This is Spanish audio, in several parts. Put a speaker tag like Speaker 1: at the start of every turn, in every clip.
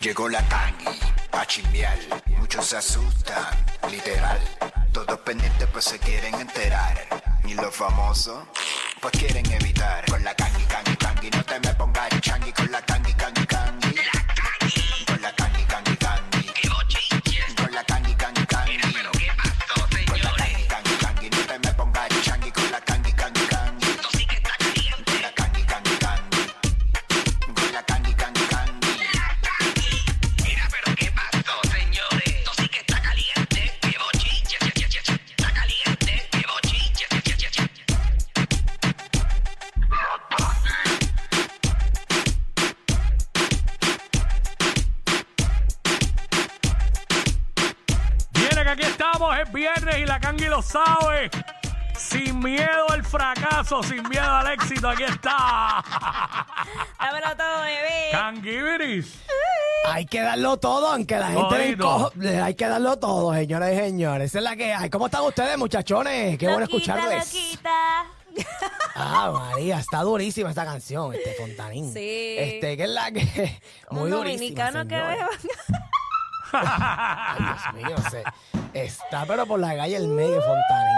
Speaker 1: Llegó la tangi a chimbiar, muchos se asustan, literal. Todos pendientes pues se quieren enterar. Y los famosos pues quieren evitar. Con la tangi, tangi, tangi, no te me pongas changi. Con la tangi, tangi, tangi. Con la tangi, tangi, tangi. Con la tangi, tangi, tangi. Con la tangi, tangi, tangi, no te me pongas changi. Con la tangi, tangi, tangi. Con la tangi, tangi, tangi. Con la tangi, tangi, tangi.
Speaker 2: Mira, pero qué pasó, señores. Esto sí que está caliente. Qué bochiche, che, che, che, che. Está caliente. Qué bochiche, che, che, che, che.
Speaker 3: Viene que aquí estamos, es viernes y la Cangi lo sabe. Sin miedo al fracaso, sin miedo al éxito, aquí está.
Speaker 4: Dámelo todo, bebé.
Speaker 3: Cangi Viris.
Speaker 5: Hay que darlo todo, aunque la gente le
Speaker 3: Todito.
Speaker 5: encojo- le- Hay que darlo todo, señoras y señores. Esa es la que hay. ¿Cómo están ustedes, muchachones? Qué bueno
Speaker 4: Loquita,
Speaker 5: escucharles.
Speaker 4: loquita.
Speaker 5: Ah, María, está durísima esta canción, este Fontanín.
Speaker 4: Sí.
Speaker 5: Este, que es la que. Muy
Speaker 4: Un
Speaker 5: durísima.
Speaker 4: dominicano que
Speaker 5: señores.
Speaker 4: beba.
Speaker 5: Ay, Dios mío, no sé. Está, pero por la calle el medio, Fontanín.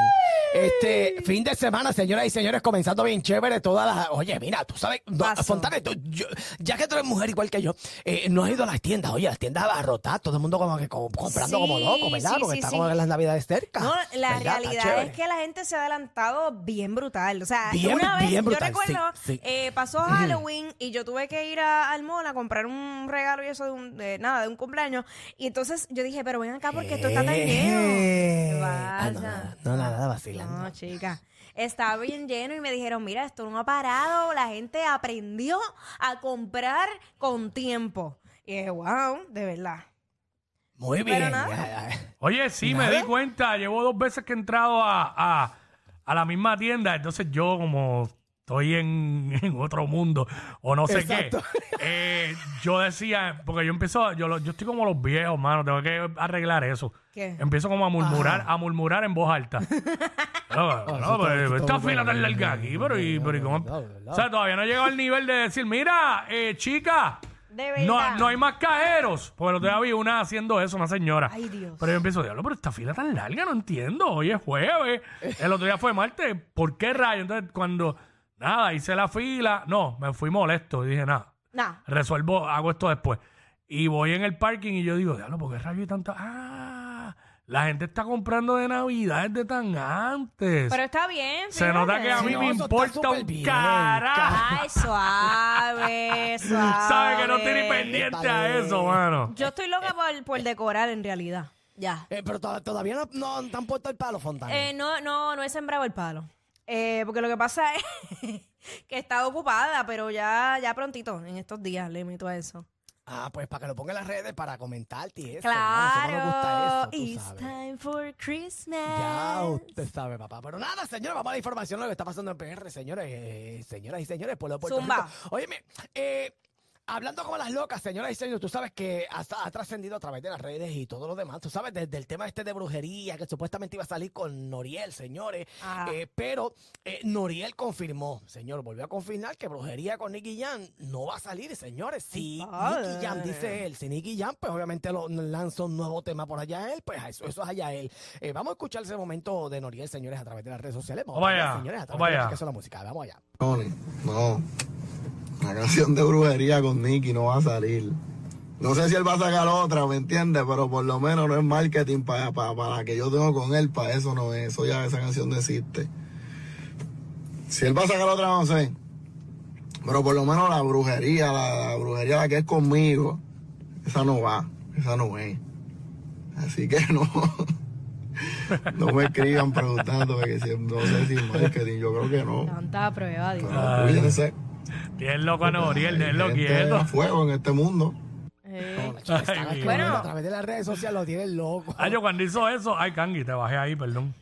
Speaker 5: Este, fin de semana, señoras y señores, comenzando bien chévere todas las. Oye, mira, tú sabes, no,
Speaker 4: Pasó.
Speaker 5: Fontanes, tú- yo- ya que tú eres mujer igual que yo, eh, no has ido a las tiendas. Oye, las tiendas abarrotadas, todo el mundo como que co- comprando
Speaker 4: Sí,
Speaker 5: como loco, ¿verdad?
Speaker 4: sí,
Speaker 5: Porque
Speaker 4: sí,
Speaker 5: está
Speaker 4: sí.
Speaker 5: como las navidades cerca.
Speaker 4: No, la
Speaker 5: Ah, ¿verdad? Está
Speaker 4: realidad
Speaker 5: chévere.
Speaker 4: es que la gente se ha adelantado bien brutal. O sea,
Speaker 5: Bien,
Speaker 4: una vez,
Speaker 5: bien brutal,
Speaker 4: yo recuerdo,
Speaker 5: sí, sí.
Speaker 4: eh, pasó Halloween y yo tuve que ir a, al mall a comprar un regalo y eso de, un, de nada, de un cumpleaños. Y entonces yo dije, pero ven acá porque esto está tan lleno. ¿Qué
Speaker 5: Eh, ah, no,
Speaker 4: pasa?
Speaker 5: no, no, nada, vacilando.
Speaker 4: No, chica. Estaba bien lleno y me dijeron, mira, esto no ha parado, la gente aprendió a comprar con tiempo. Y dije, wow, de verdad.
Speaker 5: Muy bien.
Speaker 4: Pero nada.
Speaker 5: ya, ya.
Speaker 3: Oye, sí, me
Speaker 5: Nada.
Speaker 3: di cuenta. Llevo dos veces que he entrado a, a- a la misma tienda. Entonces yo como estoy en, en otro mundo o no sé
Speaker 5: Exacto.
Speaker 3: qué. eh, yo decía, porque yo empiezo, yo, lo- yo estoy como los viejos, mano, tengo que arreglar eso.
Speaker 4: ¿Qué?
Speaker 3: Empiezo como a murmurar, a murmurar en voz alta. no, no,
Speaker 5: Ah, está-
Speaker 3: pero
Speaker 5: está
Speaker 3: esta
Speaker 5: muy
Speaker 3: fila tan
Speaker 5: bueno.
Speaker 3: larga aquí, pero y, pero y cómo-
Speaker 5: no, no, no.
Speaker 3: O sea, todavía no he llegado al nivel de decir, mira, eh, chica,
Speaker 4: De
Speaker 3: no,
Speaker 4: verdad.
Speaker 3: no hay más cajeros. Porque lo otro día vi una haciendo eso, una señora.
Speaker 4: Ay, Dios.
Speaker 3: Pero yo empiezo, diablo, pero esta fila tan larga, no entiendo. Hoy es jueves. El otro día fue martes. ¿Por qué rayo? Entonces, cuando, nada, hice la fila. No, me fui molesto y dije, nada,
Speaker 4: No.
Speaker 3: resuelvo, hago esto después. Y voy en el parking y yo digo, diablo, ¿por qué rayo hay tanta...? Ah, la gente está comprando de Navidad desde tan antes.
Speaker 4: Pero está bien.
Speaker 3: Se
Speaker 4: fíjate.
Speaker 3: nota que a mí
Speaker 5: Sí, no,
Speaker 3: me
Speaker 5: eso está
Speaker 3: importa un
Speaker 5: superbién,
Speaker 3: carajo.
Speaker 4: Ay, suave, suave.
Speaker 3: Sabe que no estoy ni pendiente
Speaker 5: Está
Speaker 3: a
Speaker 5: bien.
Speaker 3: eso, mano.
Speaker 4: Yo estoy loca por, por decorar en realidad. Ya.
Speaker 5: Eh, pero to- todavía no, no, te han puesto el palo, Fontanes.
Speaker 4: Eh, no, no, no he sembrado el palo. Eh, porque lo que pasa es que he estado ocupada, pero ya, ya prontito, en estos días le meto a eso.
Speaker 5: Ah, pues para que lo ponga en las redes para comentarte y eso. ¿no? Este, Nosotros
Speaker 4: Claro.
Speaker 5: nos gusta eso, tú
Speaker 4: It's
Speaker 5: sabes.
Speaker 4: time for Christmas.
Speaker 5: Ya usted sabe, papá. Pero nada, señores, vamos a la información de lo que está pasando en PR, señores, eh, señoras y señores, pueblo de Puerto
Speaker 4: Zumba.
Speaker 5: Rico. Óyeme, eh, hablando como las locas, señoras y señores, tú sabes que ha, ha trascendido a través de las redes y todo lo demás. Tú sabes, desde el tema este de brujería, que supuestamente iba a salir con Noriel, señores.
Speaker 4: Ajá.
Speaker 5: Eh, pero eh, Noriel confirmó, señor, volvió a confirmar que brujería con Nicky Jam no va a salir, señores. Si
Speaker 4: padre.
Speaker 5: Nicky Jam dice él, si Nicky Jam, pues obviamente lo lanza un nuevo tema por allá él, pues eso, eso es allá él. Eh, vamos a escuchar ese momento de Noriel, señores, a través de las redes sociales. Vamos
Speaker 3: Vamos
Speaker 5: a ver,
Speaker 3: allá,
Speaker 5: señores, a
Speaker 3: vamos
Speaker 5: través de
Speaker 3: allá.
Speaker 5: lo que es la música. Vamos allá.
Speaker 6: No, no. La canción de brujería con Nicky no va a salir. No sé si él va a sacar otra, ¿me entiendes? Pero por lo menos no es marketing para, para, la que yo tengo con él, para eso no es. Eso ya esa canción no existe. Si él va a sacar otra, no sé. Pero por lo menos la brujería, la, la brujería la que es conmigo, esa no va, esa no es. Así que no. No me escriban preguntándome que si, no sé si marketing, yo creo que no.
Speaker 4: Tanta prueba, dice.
Speaker 6: Pero cuídense.
Speaker 3: Tienes loco a Noriel,
Speaker 6: Hay
Speaker 3: tienes lo
Speaker 6: gente
Speaker 3: quieto.
Speaker 6: a fuego en este mundo.
Speaker 4: Eh,
Speaker 5: Están escribiendo
Speaker 4: Bueno.
Speaker 5: a través de las redes sociales lo tienen loco.
Speaker 3: Ay, Ah, yo cuando hizo eso, ay, Kangi, te bajé ahí, perdón.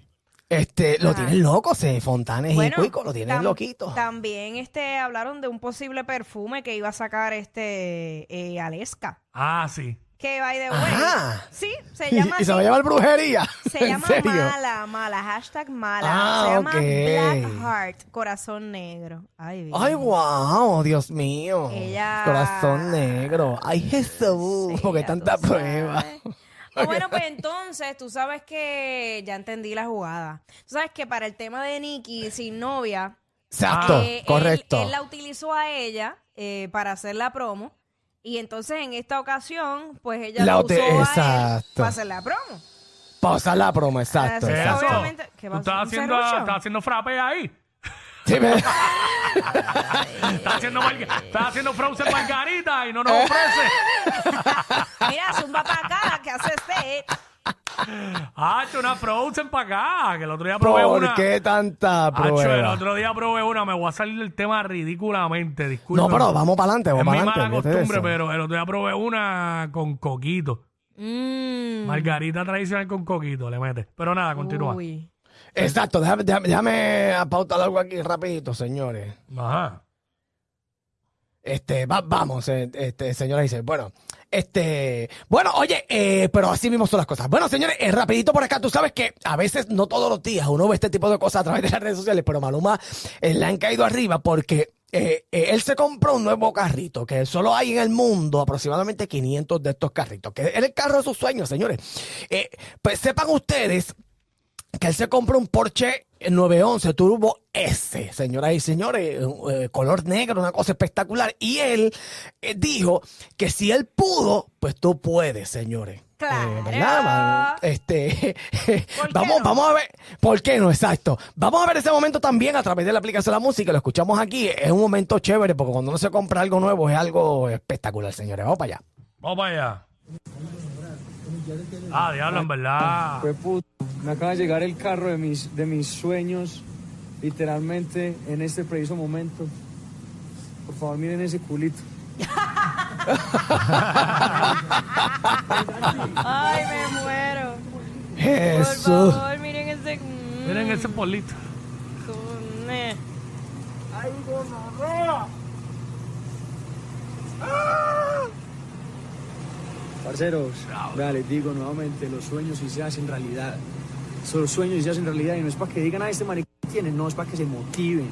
Speaker 5: Este, lo tienen loco, se Fontanes
Speaker 4: bueno,
Speaker 5: y Cuico, lo tienen
Speaker 4: tam-
Speaker 5: loquito.
Speaker 4: También este, hablaron de un posible perfume que iba a sacar este eh, Aleska.
Speaker 3: Ah, sí.
Speaker 4: Que by the way.
Speaker 5: Ajá.
Speaker 4: Sí, se
Speaker 5: Y,
Speaker 4: llama
Speaker 5: y se va a
Speaker 4: así.
Speaker 5: llevar brujería.
Speaker 4: Se
Speaker 5: ¿En
Speaker 4: llama
Speaker 5: serio?
Speaker 4: mala, mala, hashtag mala.
Speaker 5: Ah,
Speaker 4: se
Speaker 5: ok.
Speaker 4: llama Black Heart, corazón negro. Ay, bien.
Speaker 5: Ay, wow, Dios mío.
Speaker 4: Ella-
Speaker 5: Corazón negro. Ay, Jesús,
Speaker 4: Sí,
Speaker 5: porque
Speaker 4: ya
Speaker 5: tanta
Speaker 4: tú
Speaker 5: prueba.
Speaker 4: sabes. Ah, bueno, pues entonces tú sabes que ya entendí la jugada. Tú sabes que para el tema de Nicky sin novia,
Speaker 5: Exacto,
Speaker 4: eh, él-
Speaker 5: correcto.
Speaker 4: Él, la utilizó a ella eh, para hacer la promo. Y entonces en esta ocasión, pues ella
Speaker 5: La
Speaker 4: la
Speaker 5: uti-
Speaker 4: usó a él
Speaker 5: exacto.
Speaker 4: para hacer la promo.
Speaker 5: Pausa la promo, exacto,
Speaker 4: Así que
Speaker 5: exacto.
Speaker 4: Pues obviamente- ¿qué
Speaker 3: ¿Tú
Speaker 4: pasó?
Speaker 3: estás
Speaker 4: ¿Un
Speaker 3: haciendo,
Speaker 4: serrucho?
Speaker 3: estás haciendo frappe ahí?
Speaker 5: Sí, me-
Speaker 3: Estás haciendo, marga- estás haciendo frozen margarita y no nos ofrece.
Speaker 4: Mira, zumba para acá, que hace este.
Speaker 3: Ah, una frozen para acá, que el otro día probé
Speaker 5: ¿Por
Speaker 3: una.
Speaker 5: qué tanta
Speaker 3: Acho, el
Speaker 5: prueba?
Speaker 3: otro día probé una, me voy a salir del tema ridículamente, disculpa.
Speaker 5: No, pero vamos para adelante,
Speaker 3: Es
Speaker 5: vamos
Speaker 3: mi
Speaker 5: para
Speaker 3: mala
Speaker 5: adelante. olvídate de
Speaker 3: costumbre,
Speaker 5: eso.
Speaker 3: pero el otro día probé una con coquito.
Speaker 4: Mm.
Speaker 3: Margarita tradicional con coquito, le mete. Pero nada, continúa.
Speaker 4: Uy.
Speaker 5: Exacto, déjame, déjame, déjame apautar algo aquí rapidito, señores.
Speaker 3: Ajá.
Speaker 5: Este, va- vamos, eh, este, señora dice, bueno, este, bueno, oye, eh, pero así mismo son las cosas. Bueno, señores, eh, rapidito por acá, tú sabes que a veces, no todos los días, uno ve este tipo de cosas a través de las redes sociales, pero Maluma eh, le han caído arriba porque eh, eh, él se compró un nuevo carrito, que solo hay en el mundo aproximadamente 500 de estos carritos, que es el carro de sus sueños, señores. Eh, pues sepan ustedes que él se compró un Porsche 911 Turbo S, señoras y señores, eh, eh, color negro, una cosa espectacular. Y él eh, dijo que si él pudo, pues tú puedes, señores. Eh,
Speaker 4: Claro.
Speaker 5: ¿verdad, man? este,
Speaker 4: ¿Por qué
Speaker 5: vamos,
Speaker 4: no?
Speaker 5: vamos a ver, ¿por qué no? Exacto. Vamos a ver ese momento también a través de la aplicación de la música, lo escuchamos aquí, es un momento chévere porque cuando uno se compra algo nuevo es algo espectacular, señores. Vamos para allá.
Speaker 3: Vamos para allá. Ah, diablo, en verdad.
Speaker 7: Fue puto. Me acaba de llegar el carro de mis, de mis sueños, literalmente en este preciso momento. Por favor, miren ese culito.
Speaker 4: Ay, me muero. Por
Speaker 5: Jesús.
Speaker 4: favor, miren ese. mm,
Speaker 3: Miren ese polito.
Speaker 4: con- eh.
Speaker 7: Parceros, vea, les digo nuevamente, los sueños sí se hacen realidad. Son los sueños sí se hacen realidad y no es para que digan, ah, este maricón tiene, no, es para que se motiven.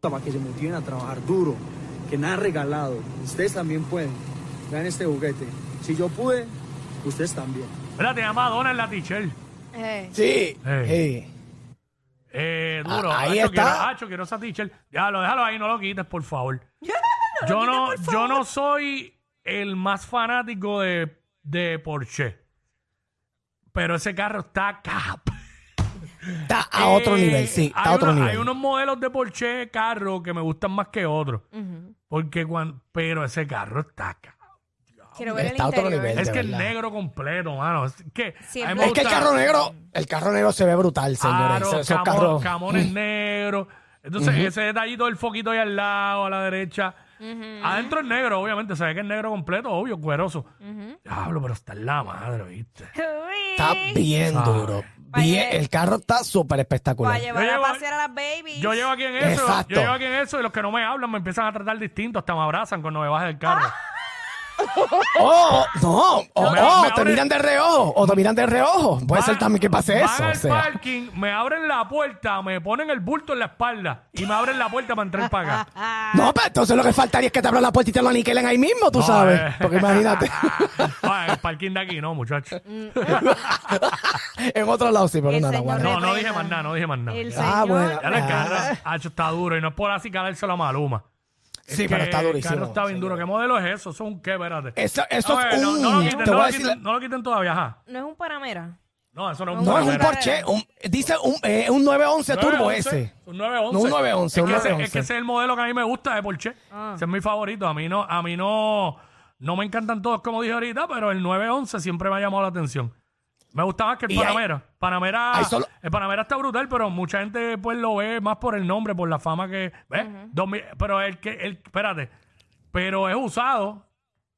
Speaker 7: Para que se motiven a trabajar duro, que nada regalado. Ustedes también pueden. Vean este juguete. Si yo pude, ustedes también.
Speaker 3: Mira, te llama Madonna en la t
Speaker 4: Eh,
Speaker 5: Sí.
Speaker 3: Hey.
Speaker 5: Sí.
Speaker 3: Eh, duro.
Speaker 5: Ah, ahí
Speaker 3: Hacho,
Speaker 5: está.
Speaker 3: Quiero, Hacho, quiero esa teacher. Déjalo, déjalo ahí, no lo quites, por favor. yo, no, yo no soy el más fanático de, de Porsche. Pero ese carro está cap.
Speaker 5: Está a otro
Speaker 3: Eh,
Speaker 5: nivel, sí, está
Speaker 3: hay
Speaker 5: a otro
Speaker 3: uno-
Speaker 5: nivel.
Speaker 3: Hay unos modelos de Porsche carro que me gustan más que otros. Porque cuando, pero ese carro está cap.
Speaker 4: Quiero ver el
Speaker 5: Está a otro
Speaker 4: interior.
Speaker 5: nivel.
Speaker 3: Es
Speaker 5: de
Speaker 3: que el
Speaker 5: verdad.
Speaker 3: negro completo, mano. Es que,
Speaker 4: Siempre-
Speaker 3: a mí me
Speaker 5: Es que el
Speaker 3: gusta-
Speaker 5: carro negro, el carro negro se ve brutal, señores.
Speaker 3: Aro,
Speaker 5: Esos- esos
Speaker 3: camón-
Speaker 5: carros-
Speaker 3: camones negros. Entonces, ese detallito del foquito ahí al lado, a la derecha. Adentro es negro, obviamente. Se ve que es negro completo, obvio, cueroso. Diablo, pero está en la madre, ¿viste?
Speaker 4: Uy.
Speaker 5: Está bien duro. Bien,
Speaker 4: Vaya.
Speaker 5: el carro está súper
Speaker 4: Para
Speaker 5: espectacular.
Speaker 4: llevar
Speaker 3: Yo
Speaker 4: a
Speaker 3: llevo-
Speaker 4: pasear a las babies.
Speaker 3: Yo llevo aquí en eso,
Speaker 5: Exacto.
Speaker 3: yo llevo aquí en eso y los que no me hablan me empiezan a tratar distinto, hasta me abrazan cuando me bajan del carro.
Speaker 5: Oh, oh, no, oh,
Speaker 3: Me-
Speaker 5: oh,
Speaker 3: me
Speaker 5: te
Speaker 3: abre-
Speaker 5: miran de reojo, o te miran de reojo. Puede
Speaker 3: Van-
Speaker 5: ser también que pase
Speaker 3: van
Speaker 5: eso. o
Speaker 3: al
Speaker 5: sea.
Speaker 3: parking, me abren la puerta, me ponen el bulto en la espalda y me abren la puerta para entrar para acá.
Speaker 5: No, pero entonces lo que faltaría es que te abran la puerta y te lo aniquilen ahí mismo, tú
Speaker 3: No,
Speaker 5: sabes.
Speaker 3: eh.
Speaker 5: Porque imagínate.
Speaker 3: Ah, el parking de aquí, no, muchachos.
Speaker 5: en otro lado sí, pero
Speaker 4: El
Speaker 5: no, no,
Speaker 4: señor
Speaker 5: bueno.
Speaker 3: No, no dije más nada, no dije más nada.
Speaker 4: El
Speaker 3: Ya.
Speaker 4: señor.
Speaker 5: Ah, bueno.
Speaker 3: Ya el carro, Hacho, está duro. Y no es por así calárselo a Maluma. Es
Speaker 5: Sí, pero
Speaker 3: que
Speaker 5: está
Speaker 3: El
Speaker 5: durísimo.
Speaker 3: carro está bien duro. ¿Qué modelo es eso? ¿Eso es un qué? Espérate.
Speaker 5: Eso, eso
Speaker 3: A ver,
Speaker 5: es
Speaker 3: no,
Speaker 5: un.
Speaker 3: no lo
Speaker 5: te
Speaker 3: quiten,
Speaker 5: voy
Speaker 3: no
Speaker 5: a
Speaker 3: lo
Speaker 5: decir la-
Speaker 3: quiten, no lo quiten todavía, ajá.
Speaker 4: No es un paramera.
Speaker 3: No, eso no es un
Speaker 5: No, es un
Speaker 3: Panamera.
Speaker 5: Porsche, un- dice un, eh, un 911 Turbo
Speaker 3: 911,
Speaker 5: S.
Speaker 3: Un 911.
Speaker 5: No, un 911,
Speaker 3: Es
Speaker 5: un
Speaker 3: que ese- Es
Speaker 5: 911.
Speaker 3: que ese es el modelo que a mí me gusta de Porsche. Ese es mi favorito. A mí no, a mí no, no me encantan todos, como dije ahorita, pero el 911 siempre me ha llamado la atención. Me gusta más que el
Speaker 5: Y hay-
Speaker 3: Panamera. Panamera,
Speaker 5: hay solo-
Speaker 3: el Panamera está brutal, pero mucha gente pues lo ve más por el nombre, por la fama que. ¿Ves? 2000 pero el que. El, espérate. Pero es usado.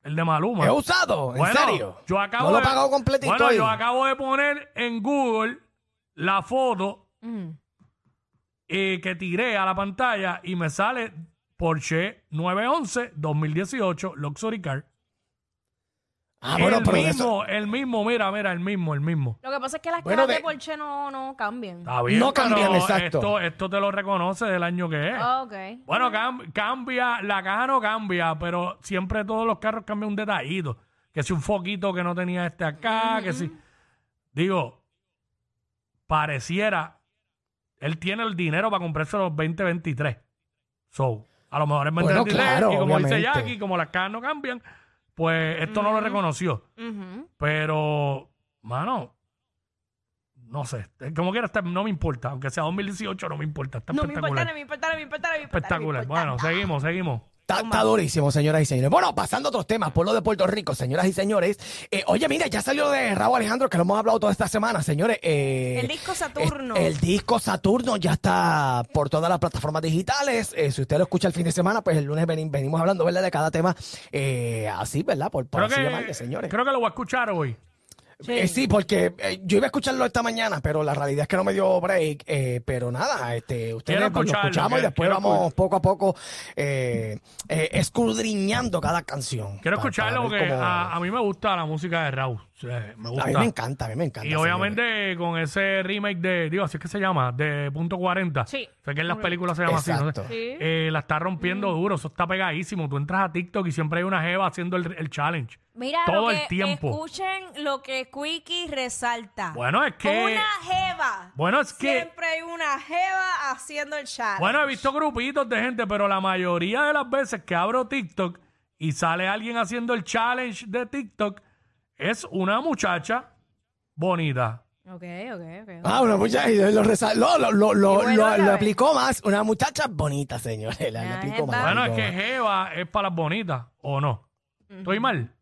Speaker 3: El de Maluma.
Speaker 5: ¿Es usado? ¿En
Speaker 3: Bueno,
Speaker 5: serio?
Speaker 3: Yo acabo
Speaker 5: no lo he
Speaker 3: de-
Speaker 5: pagado completito
Speaker 3: Bueno,
Speaker 5: ahí.
Speaker 3: yo acabo de poner en Google la foto
Speaker 4: Ujú.
Speaker 3: eh, que tiré a la pantalla y me sale Porsche 911 2018 Luxury Car.
Speaker 5: Ah, bueno,
Speaker 3: el
Speaker 5: pero
Speaker 3: mismo,
Speaker 5: eso-
Speaker 3: el mismo, mira, mira, el mismo, el mismo.
Speaker 4: Lo que pasa es que las
Speaker 5: Bueno,
Speaker 4: caras de,
Speaker 5: de-
Speaker 4: Porsche no, no cambian.
Speaker 3: Está bien,
Speaker 5: No
Speaker 3: pero
Speaker 5: cambian, exacto.
Speaker 3: Esto, esto te lo reconoce del año que es.
Speaker 4: Ah, ok.
Speaker 3: Bueno, cam- cambia, la caja no cambia, pero siempre todos los carros cambian un detallito. Que si un foquito que no tenía este acá, que si. Digo, pareciera. Él tiene el dinero para comprarse los 2023. So, a lo mejor es
Speaker 5: Bueno,
Speaker 3: 2023.
Speaker 5: claro,
Speaker 3: y como dice
Speaker 5: obviamente.
Speaker 3: Jackie, como las cajas no cambian, pues esto no lo reconoció.
Speaker 4: Ujú.
Speaker 3: Pero, mano, no sé. Como quiera, está- no me importa. Aunque sea 2018, no me importa. Está
Speaker 4: No me
Speaker 3: espectacular.
Speaker 4: importa, no me importa, no me importa, no me importa. no me
Speaker 3: espectacular.
Speaker 4: importa.
Speaker 3: Bueno, seguimos, seguimos.
Speaker 5: Está, está durísimo, señoras y señores. Bueno, pasando a otros temas, por lo de Puerto Rico, señoras y señores. Eh, oye, mira, ya salió de Raúl Alejandro, que lo hemos hablado toda esta semana, señores. eh,
Speaker 4: El disco Saturno.
Speaker 5: es- el disco Saturno ya está por todas las plataformas digitales. Eh, si usted lo escucha el fin de semana, pues el lunes veni- venimos hablando, ¿verdad? De cada tema eh, así, ¿verdad? Por, por así llamarle, señores.
Speaker 3: creo que lo voy a escuchar hoy.
Speaker 5: Eh, sí, porque eh, yo iba a escucharlo esta mañana, pero la realidad es que no me dio break. eh, pero nada, este, ustedes
Speaker 3: Quiero
Speaker 5: pues, lo
Speaker 3: escucharlo,
Speaker 5: escuchamos y
Speaker 3: quiero-
Speaker 5: después
Speaker 3: quiero
Speaker 5: vamos poco a poco eh, eh, escudriñando cada canción.
Speaker 3: Quiero
Speaker 5: Pa- para
Speaker 3: escucharlo
Speaker 5: ver
Speaker 3: porque
Speaker 5: cómo-
Speaker 3: a, a mí me gusta la música de Raúl. Sí, me gusta.
Speaker 5: a mí me encanta, a mí me encanta.
Speaker 3: Y obviamente con ese remake de, digo, así es que se llama, de punto 40.
Speaker 4: Sí.
Speaker 3: Sé que en las películas se llama así, no sé.
Speaker 5: Exacto.
Speaker 4: Sí. Mm.
Speaker 3: Eh, la está rompiendo duro, eso está pegadísimo. Tú entras a TikTok y siempre hay una jeva haciendo el, el challenge.
Speaker 4: Mira,
Speaker 3: todo
Speaker 4: lo que
Speaker 3: el tiempo.
Speaker 4: escuchen lo que Quickie resalta.
Speaker 3: Bueno, es que-
Speaker 4: Una jeva.
Speaker 3: Bueno, es que-
Speaker 4: Siempre hay una jeva haciendo el chat.
Speaker 3: Bueno, he visto grupitos de gente, pero la mayoría de las veces que abro TikTok y sale alguien haciendo el challenge de TikTok, es una muchacha bonita.
Speaker 4: Ok, ok, ok.
Speaker 5: Ah, una muchacha, y lo, resa- lo, lo, lo, lo,
Speaker 4: bueno,
Speaker 5: lo-
Speaker 4: otra
Speaker 5: lo
Speaker 4: vez.
Speaker 5: aplicó más. Una muchacha bonita, señores. La, la
Speaker 4: Ah,
Speaker 5: aplicó
Speaker 4: es
Speaker 5: más. la
Speaker 3: Bueno, es
Speaker 5: aplicó
Speaker 3: que
Speaker 5: más.
Speaker 3: Jeva es para las bonitas, ¿o no? ¿Estoy mal?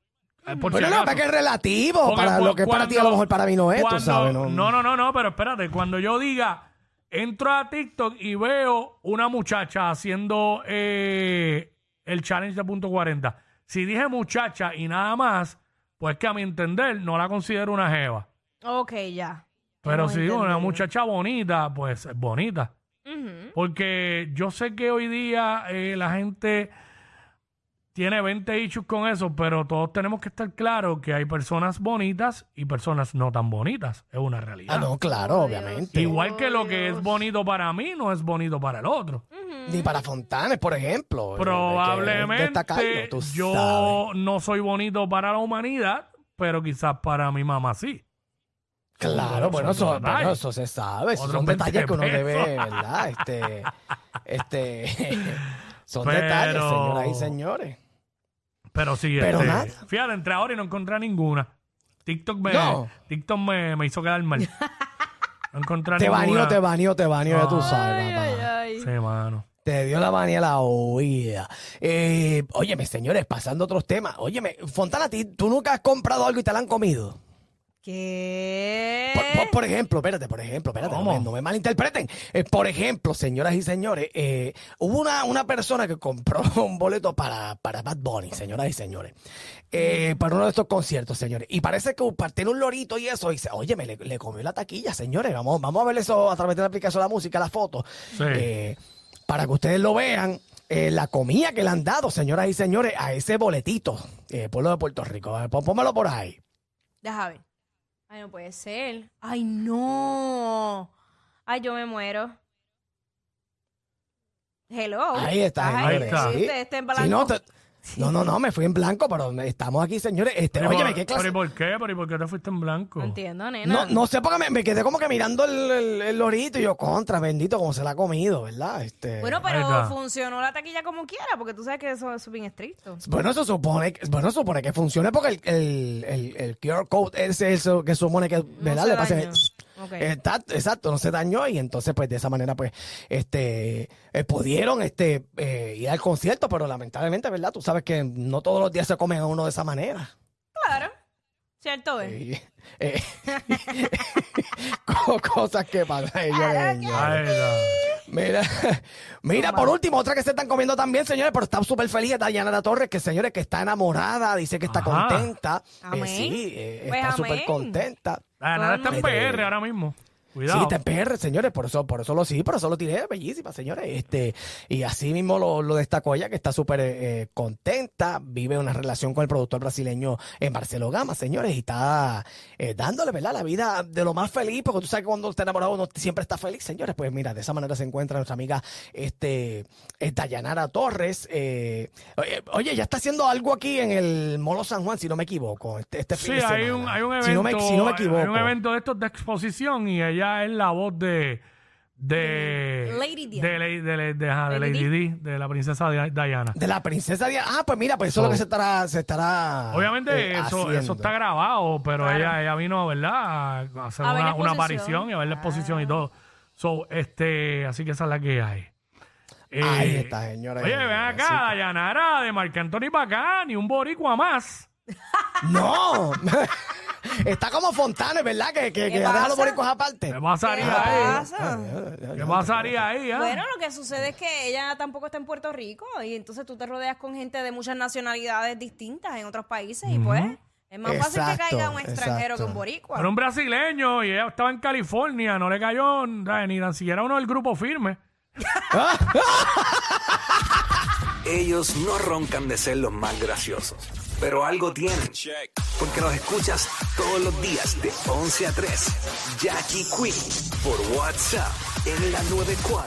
Speaker 3: Eh, Por
Speaker 5: Bueno,
Speaker 3: si
Speaker 5: no,
Speaker 3: acaso.
Speaker 5: para que es relativo.
Speaker 3: Porque
Speaker 5: para
Speaker 3: cu-
Speaker 5: lo que es para ti, a lo
Speaker 3: cuando-
Speaker 5: mejor para mí no es, tú
Speaker 3: cuando-
Speaker 5: sabes. No,
Speaker 3: No, no, no, no, pero espérate. Cuando yo diga, entro a TikTok y veo una muchacha haciendo eh, el challenge de punto 40. Si dije muchacha y nada más, pues que a mi entender no la considero una jeva.
Speaker 4: Ok, ya.
Speaker 3: Pero
Speaker 4: Hemos
Speaker 3: si digo una
Speaker 4: entendido.
Speaker 3: muchacha bonita, pues es bonita.
Speaker 4: Ujú.
Speaker 3: Porque yo sé que hoy día eh, la gente tiene 20 issues con eso, pero todos tenemos que estar claros que hay personas bonitas y personas no tan bonitas. Es una realidad.
Speaker 5: Ah, no, claro, obviamente.
Speaker 3: Igual que lo que es bonito para mí no es bonito para el otro.
Speaker 5: Ni para Fontanes, por ejemplo. Hay que
Speaker 3: Probablemente
Speaker 5: destacarlo, tú
Speaker 3: yo
Speaker 5: sabes.
Speaker 3: no soy bonito para la humanidad, pero quizás para mi mamá sí.
Speaker 5: Claro, bueno,
Speaker 3: son
Speaker 5: eso,
Speaker 3: detalles.
Speaker 5: bueno, eso se sabe. esos
Speaker 3: Otros
Speaker 5: son
Speaker 3: 20
Speaker 5: detalles que uno
Speaker 3: pesos.
Speaker 5: debe, ¿verdad? Este, este, son
Speaker 3: Pero-
Speaker 5: detalles, señoras y señores.
Speaker 3: Pero sí,
Speaker 5: Pero
Speaker 3: este,
Speaker 5: nada.
Speaker 3: fíjate, entré ahora y no encontré ninguna. TikTok me,
Speaker 5: No.
Speaker 3: TikTok me, me hizo quedar mal. No encontré
Speaker 5: Te
Speaker 3: ninguna.
Speaker 5: bañó, te bañó, te bañó, ya tú
Speaker 3: Ay,
Speaker 5: sabes, papá.
Speaker 3: Sí, mano.
Speaker 5: Te dio la manía la oída. Eh, óyeme, señores, pasando a otros temas. Óyeme, Fontana, ti- ¿tú nunca has comprado algo y te la han comido?
Speaker 4: ¿Qué?
Speaker 5: Por, por- por ejemplo, espérate, por ejemplo, espérate, no
Speaker 3: ¿Cómo?
Speaker 5: me, no me malinterpreten. Eh, por ejemplo, señoras y señores, eh, hubo una, una persona que compró un boleto para, para Bad Bunny, señoras y señores, eh, para uno de estos conciertos, señores. Y parece que tiene un lorito y eso, y dice, oye, me le, le comió la taquilla, señores, vamos, vamos a ver eso a través de la aplicación de la música, la foto.
Speaker 3: Sí.
Speaker 5: Eh, para que ustedes lo vean, eh, la comida que le han dado, señoras y señores, a ese boletito, eh, pueblo de Puerto Rico. A ver, pon- pónmelo por ahí.
Speaker 4: Deja ver. Ay, no puede ser. Ay, no. Ay, yo me muero. Hello.
Speaker 5: Ahí está,
Speaker 4: Ay,
Speaker 5: señores.
Speaker 3: está.
Speaker 4: sí,
Speaker 5: Sí.
Speaker 4: Este, este en
Speaker 5: Sí, no,
Speaker 4: blanco.
Speaker 5: te- no, no, no, me fui en blanco, pero me- estamos aquí, señores. Este,
Speaker 3: Pero,
Speaker 5: óyeme,
Speaker 3: ¿y-
Speaker 5: ¿qué
Speaker 3: pero ¿y
Speaker 5: clase?
Speaker 3: por qué? ¿Pero y por qué te fuiste en blanco?
Speaker 4: No entiendo, nena.
Speaker 5: No, no sé por qué me, me quedé como que mirando el, el- el lorito y yo, contra, bendito, como se la ha comido, ¿verdad? Este,
Speaker 4: Bueno,
Speaker 3: Ahí
Speaker 4: pero
Speaker 3: está.
Speaker 4: funcionó la taquilla como quiera, porque tú sabes que eso es bien estricto.
Speaker 5: bueno, eso supone, que- bueno, supone que funcione porque el, el, el, el QR code es eso que supone que, ¿verdad?
Speaker 4: se
Speaker 5: Le pasa-
Speaker 4: dañó. Ok.
Speaker 5: Está- exacto, no se dañó y entonces pues de esa manera pues este eh, pudieron este eh, ir al concierto, pero lamentablemente, ¿verdad? Tú sabes que no todos los días se comen a uno de esa manera.
Speaker 4: Claro. ¿Cierto? es?
Speaker 5: Y, eh, co- cosas que pasan. señores, señores.
Speaker 3: Ay, no.
Speaker 5: Mira, mira, por último, otra que se están comiendo también, señores, pero está súper feliz, es Dayana Torres, que señores, que está enamorada, dice que está
Speaker 3: Ajá.
Speaker 5: contenta. Eh,
Speaker 4: Amén.
Speaker 5: sí, eh,
Speaker 4: Pues,
Speaker 5: está súper
Speaker 4: amén.
Speaker 5: contenta.
Speaker 3: Ah, nada está en
Speaker 5: Todo el mundo.
Speaker 3: PR ahora mismo.
Speaker 5: Sí,
Speaker 3: Cuidado.
Speaker 5: está en PR, señores, por eso, por eso lo sí, por eso lo tiré, bellísima, señores. Este, y así mismo lo, lo destacó ella, que está súper eh, contenta, vive una relación con el productor brasileño en Marcelo Gama, señores, y está eh, dándole, ¿verdad? La vida de lo más feliz, porque tú sabes que cuando está enamorado uno siempre está feliz, señores. Pues mira, de esa manera se encuentra nuestra amiga este, eh, Dayanara Torres. eh, oye, oye, ya está haciendo algo aquí en el Molo San Juan, si no me equivoco. Este, este
Speaker 3: Sí,
Speaker 5: fin de
Speaker 3: hay un,
Speaker 5: semana.
Speaker 3: hay un evento.
Speaker 5: Si no me, si no me equivoco.
Speaker 3: Hay un evento de estos de exposición y ella es la voz de. De.
Speaker 4: Lady Di.
Speaker 3: De, Lady- de, de- de- ajá, de
Speaker 4: Lady
Speaker 3: Lady
Speaker 4: Di.
Speaker 3: Di, de la princesa Di- Diana.
Speaker 5: De la princesa Diana. Ah, pues mira, pues eso es lo que se estará. Se estará
Speaker 3: Obviamente
Speaker 5: eh,
Speaker 3: eso,
Speaker 5: haciendo.
Speaker 3: eso está grabado, pero
Speaker 4: Claro.
Speaker 3: ella, ella vino, ¿verdad? A hacer
Speaker 4: A ver la
Speaker 3: una, una
Speaker 4: exposición.
Speaker 3: aparición y a ver la exposición y todo. So, este, así que esa es la que hay. Eh,
Speaker 5: Ahí está, señora.
Speaker 3: Oye, ven acá, Dayanara, de Marc Anthony para acá, ni un boricua más.
Speaker 5: ¡No! está como Fontanes, ¿verdad? Que, que, que
Speaker 4: pasa?
Speaker 5: deja los boricos aparte.
Speaker 3: ¿Qué pasaría ahí? ¿Qué pasaría ahí? ah?
Speaker 4: Bueno, lo que sucede es que ella tampoco está en Puerto Rico y entonces tú te rodeas con gente de muchas nacionalidades distintas en otros países y pues es más fácil que
Speaker 5: Exacto,
Speaker 4: caiga un extranjero que
Speaker 5: exacto.
Speaker 4: un boricua.
Speaker 3: Era un brasileño y ella estaba en California, no le cayó ¿sabes? ni tan siquiera uno del grupo firme.
Speaker 8: Ellos no roncan de ser los más graciosos, pero algo tienen. Porque los escuchas todos los días de 11 a 3. Jackie Quinn por WhatsApp en la 94.